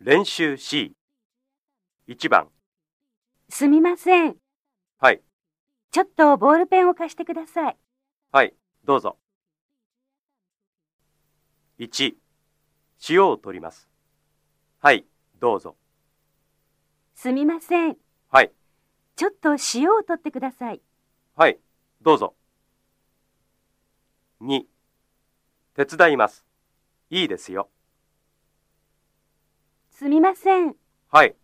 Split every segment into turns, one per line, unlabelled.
練習 C。1番、
すみません。
はい。
ちょっとボールペンを貸してください。
はい、どうぞ。1、塩を取ります。はい、どうぞ。
すみません。
はい、
ちょっと塩を取ってください。
はい、どうぞ。2、手伝います。いいですよ。
すみません。
はい、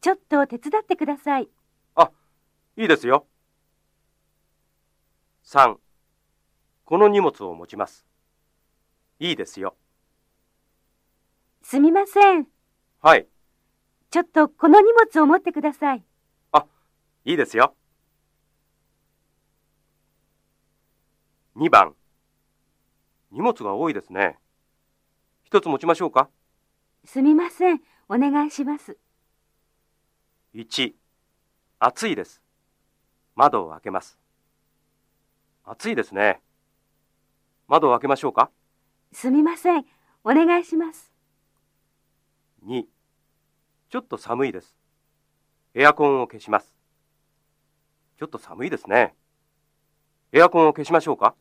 ちょっと手伝ってください。
あ、いいですよ。3、この荷物を持ちます。いいですよ。
すみません。
はい、
ちょっとこの荷物を持ってください。
あ、いいですよ。2番。荷物が多いですね。一つ持ちましょうか。
すみません。お願いします。
1。暑いです。窓を開けます。暑いですね。窓を開けましょうか。
すみません。お願いします。
2。ちょっと寒いです。エアコンを消します。ちょっと寒いですね。エアコンを消しましょうか。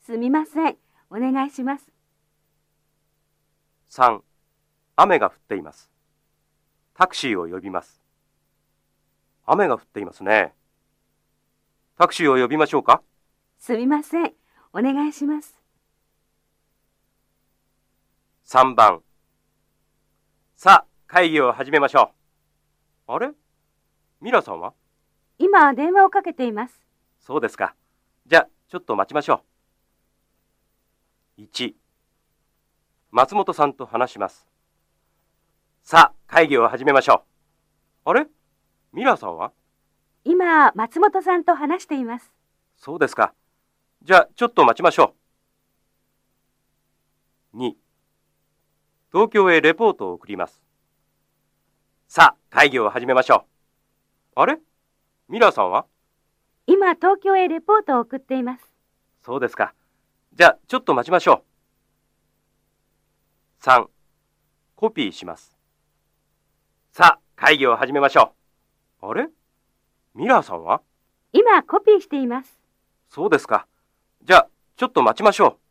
すみません。お願いします。
3雨が降っていますタクシーを呼びます雨が降っていますねタクシーを呼びましょうか
すみません。お願いします。
3番さあ会議を始めましょうあれミラさんは
今、電話をかけています。
そうですかじゃあちょっと待ちましょう1松本さんと話しますさあ会議を始めましょうあれミラさんは
今、松本さんと話しています。
そうですか。じゃあ、ちょっと待ちましょう。2、東京へレポートを送ります。さあ、会議を始めましょう。あれミラーさんは
今、東京へレポートを送っています。
そうですか。じゃあ、ちょっと待ちましょう。3、コピーします。さあ、会議を始めましょう。あれミラーさんは
今、コピーしています。
そうですか。じゃあ、ちょっと待ちましょう。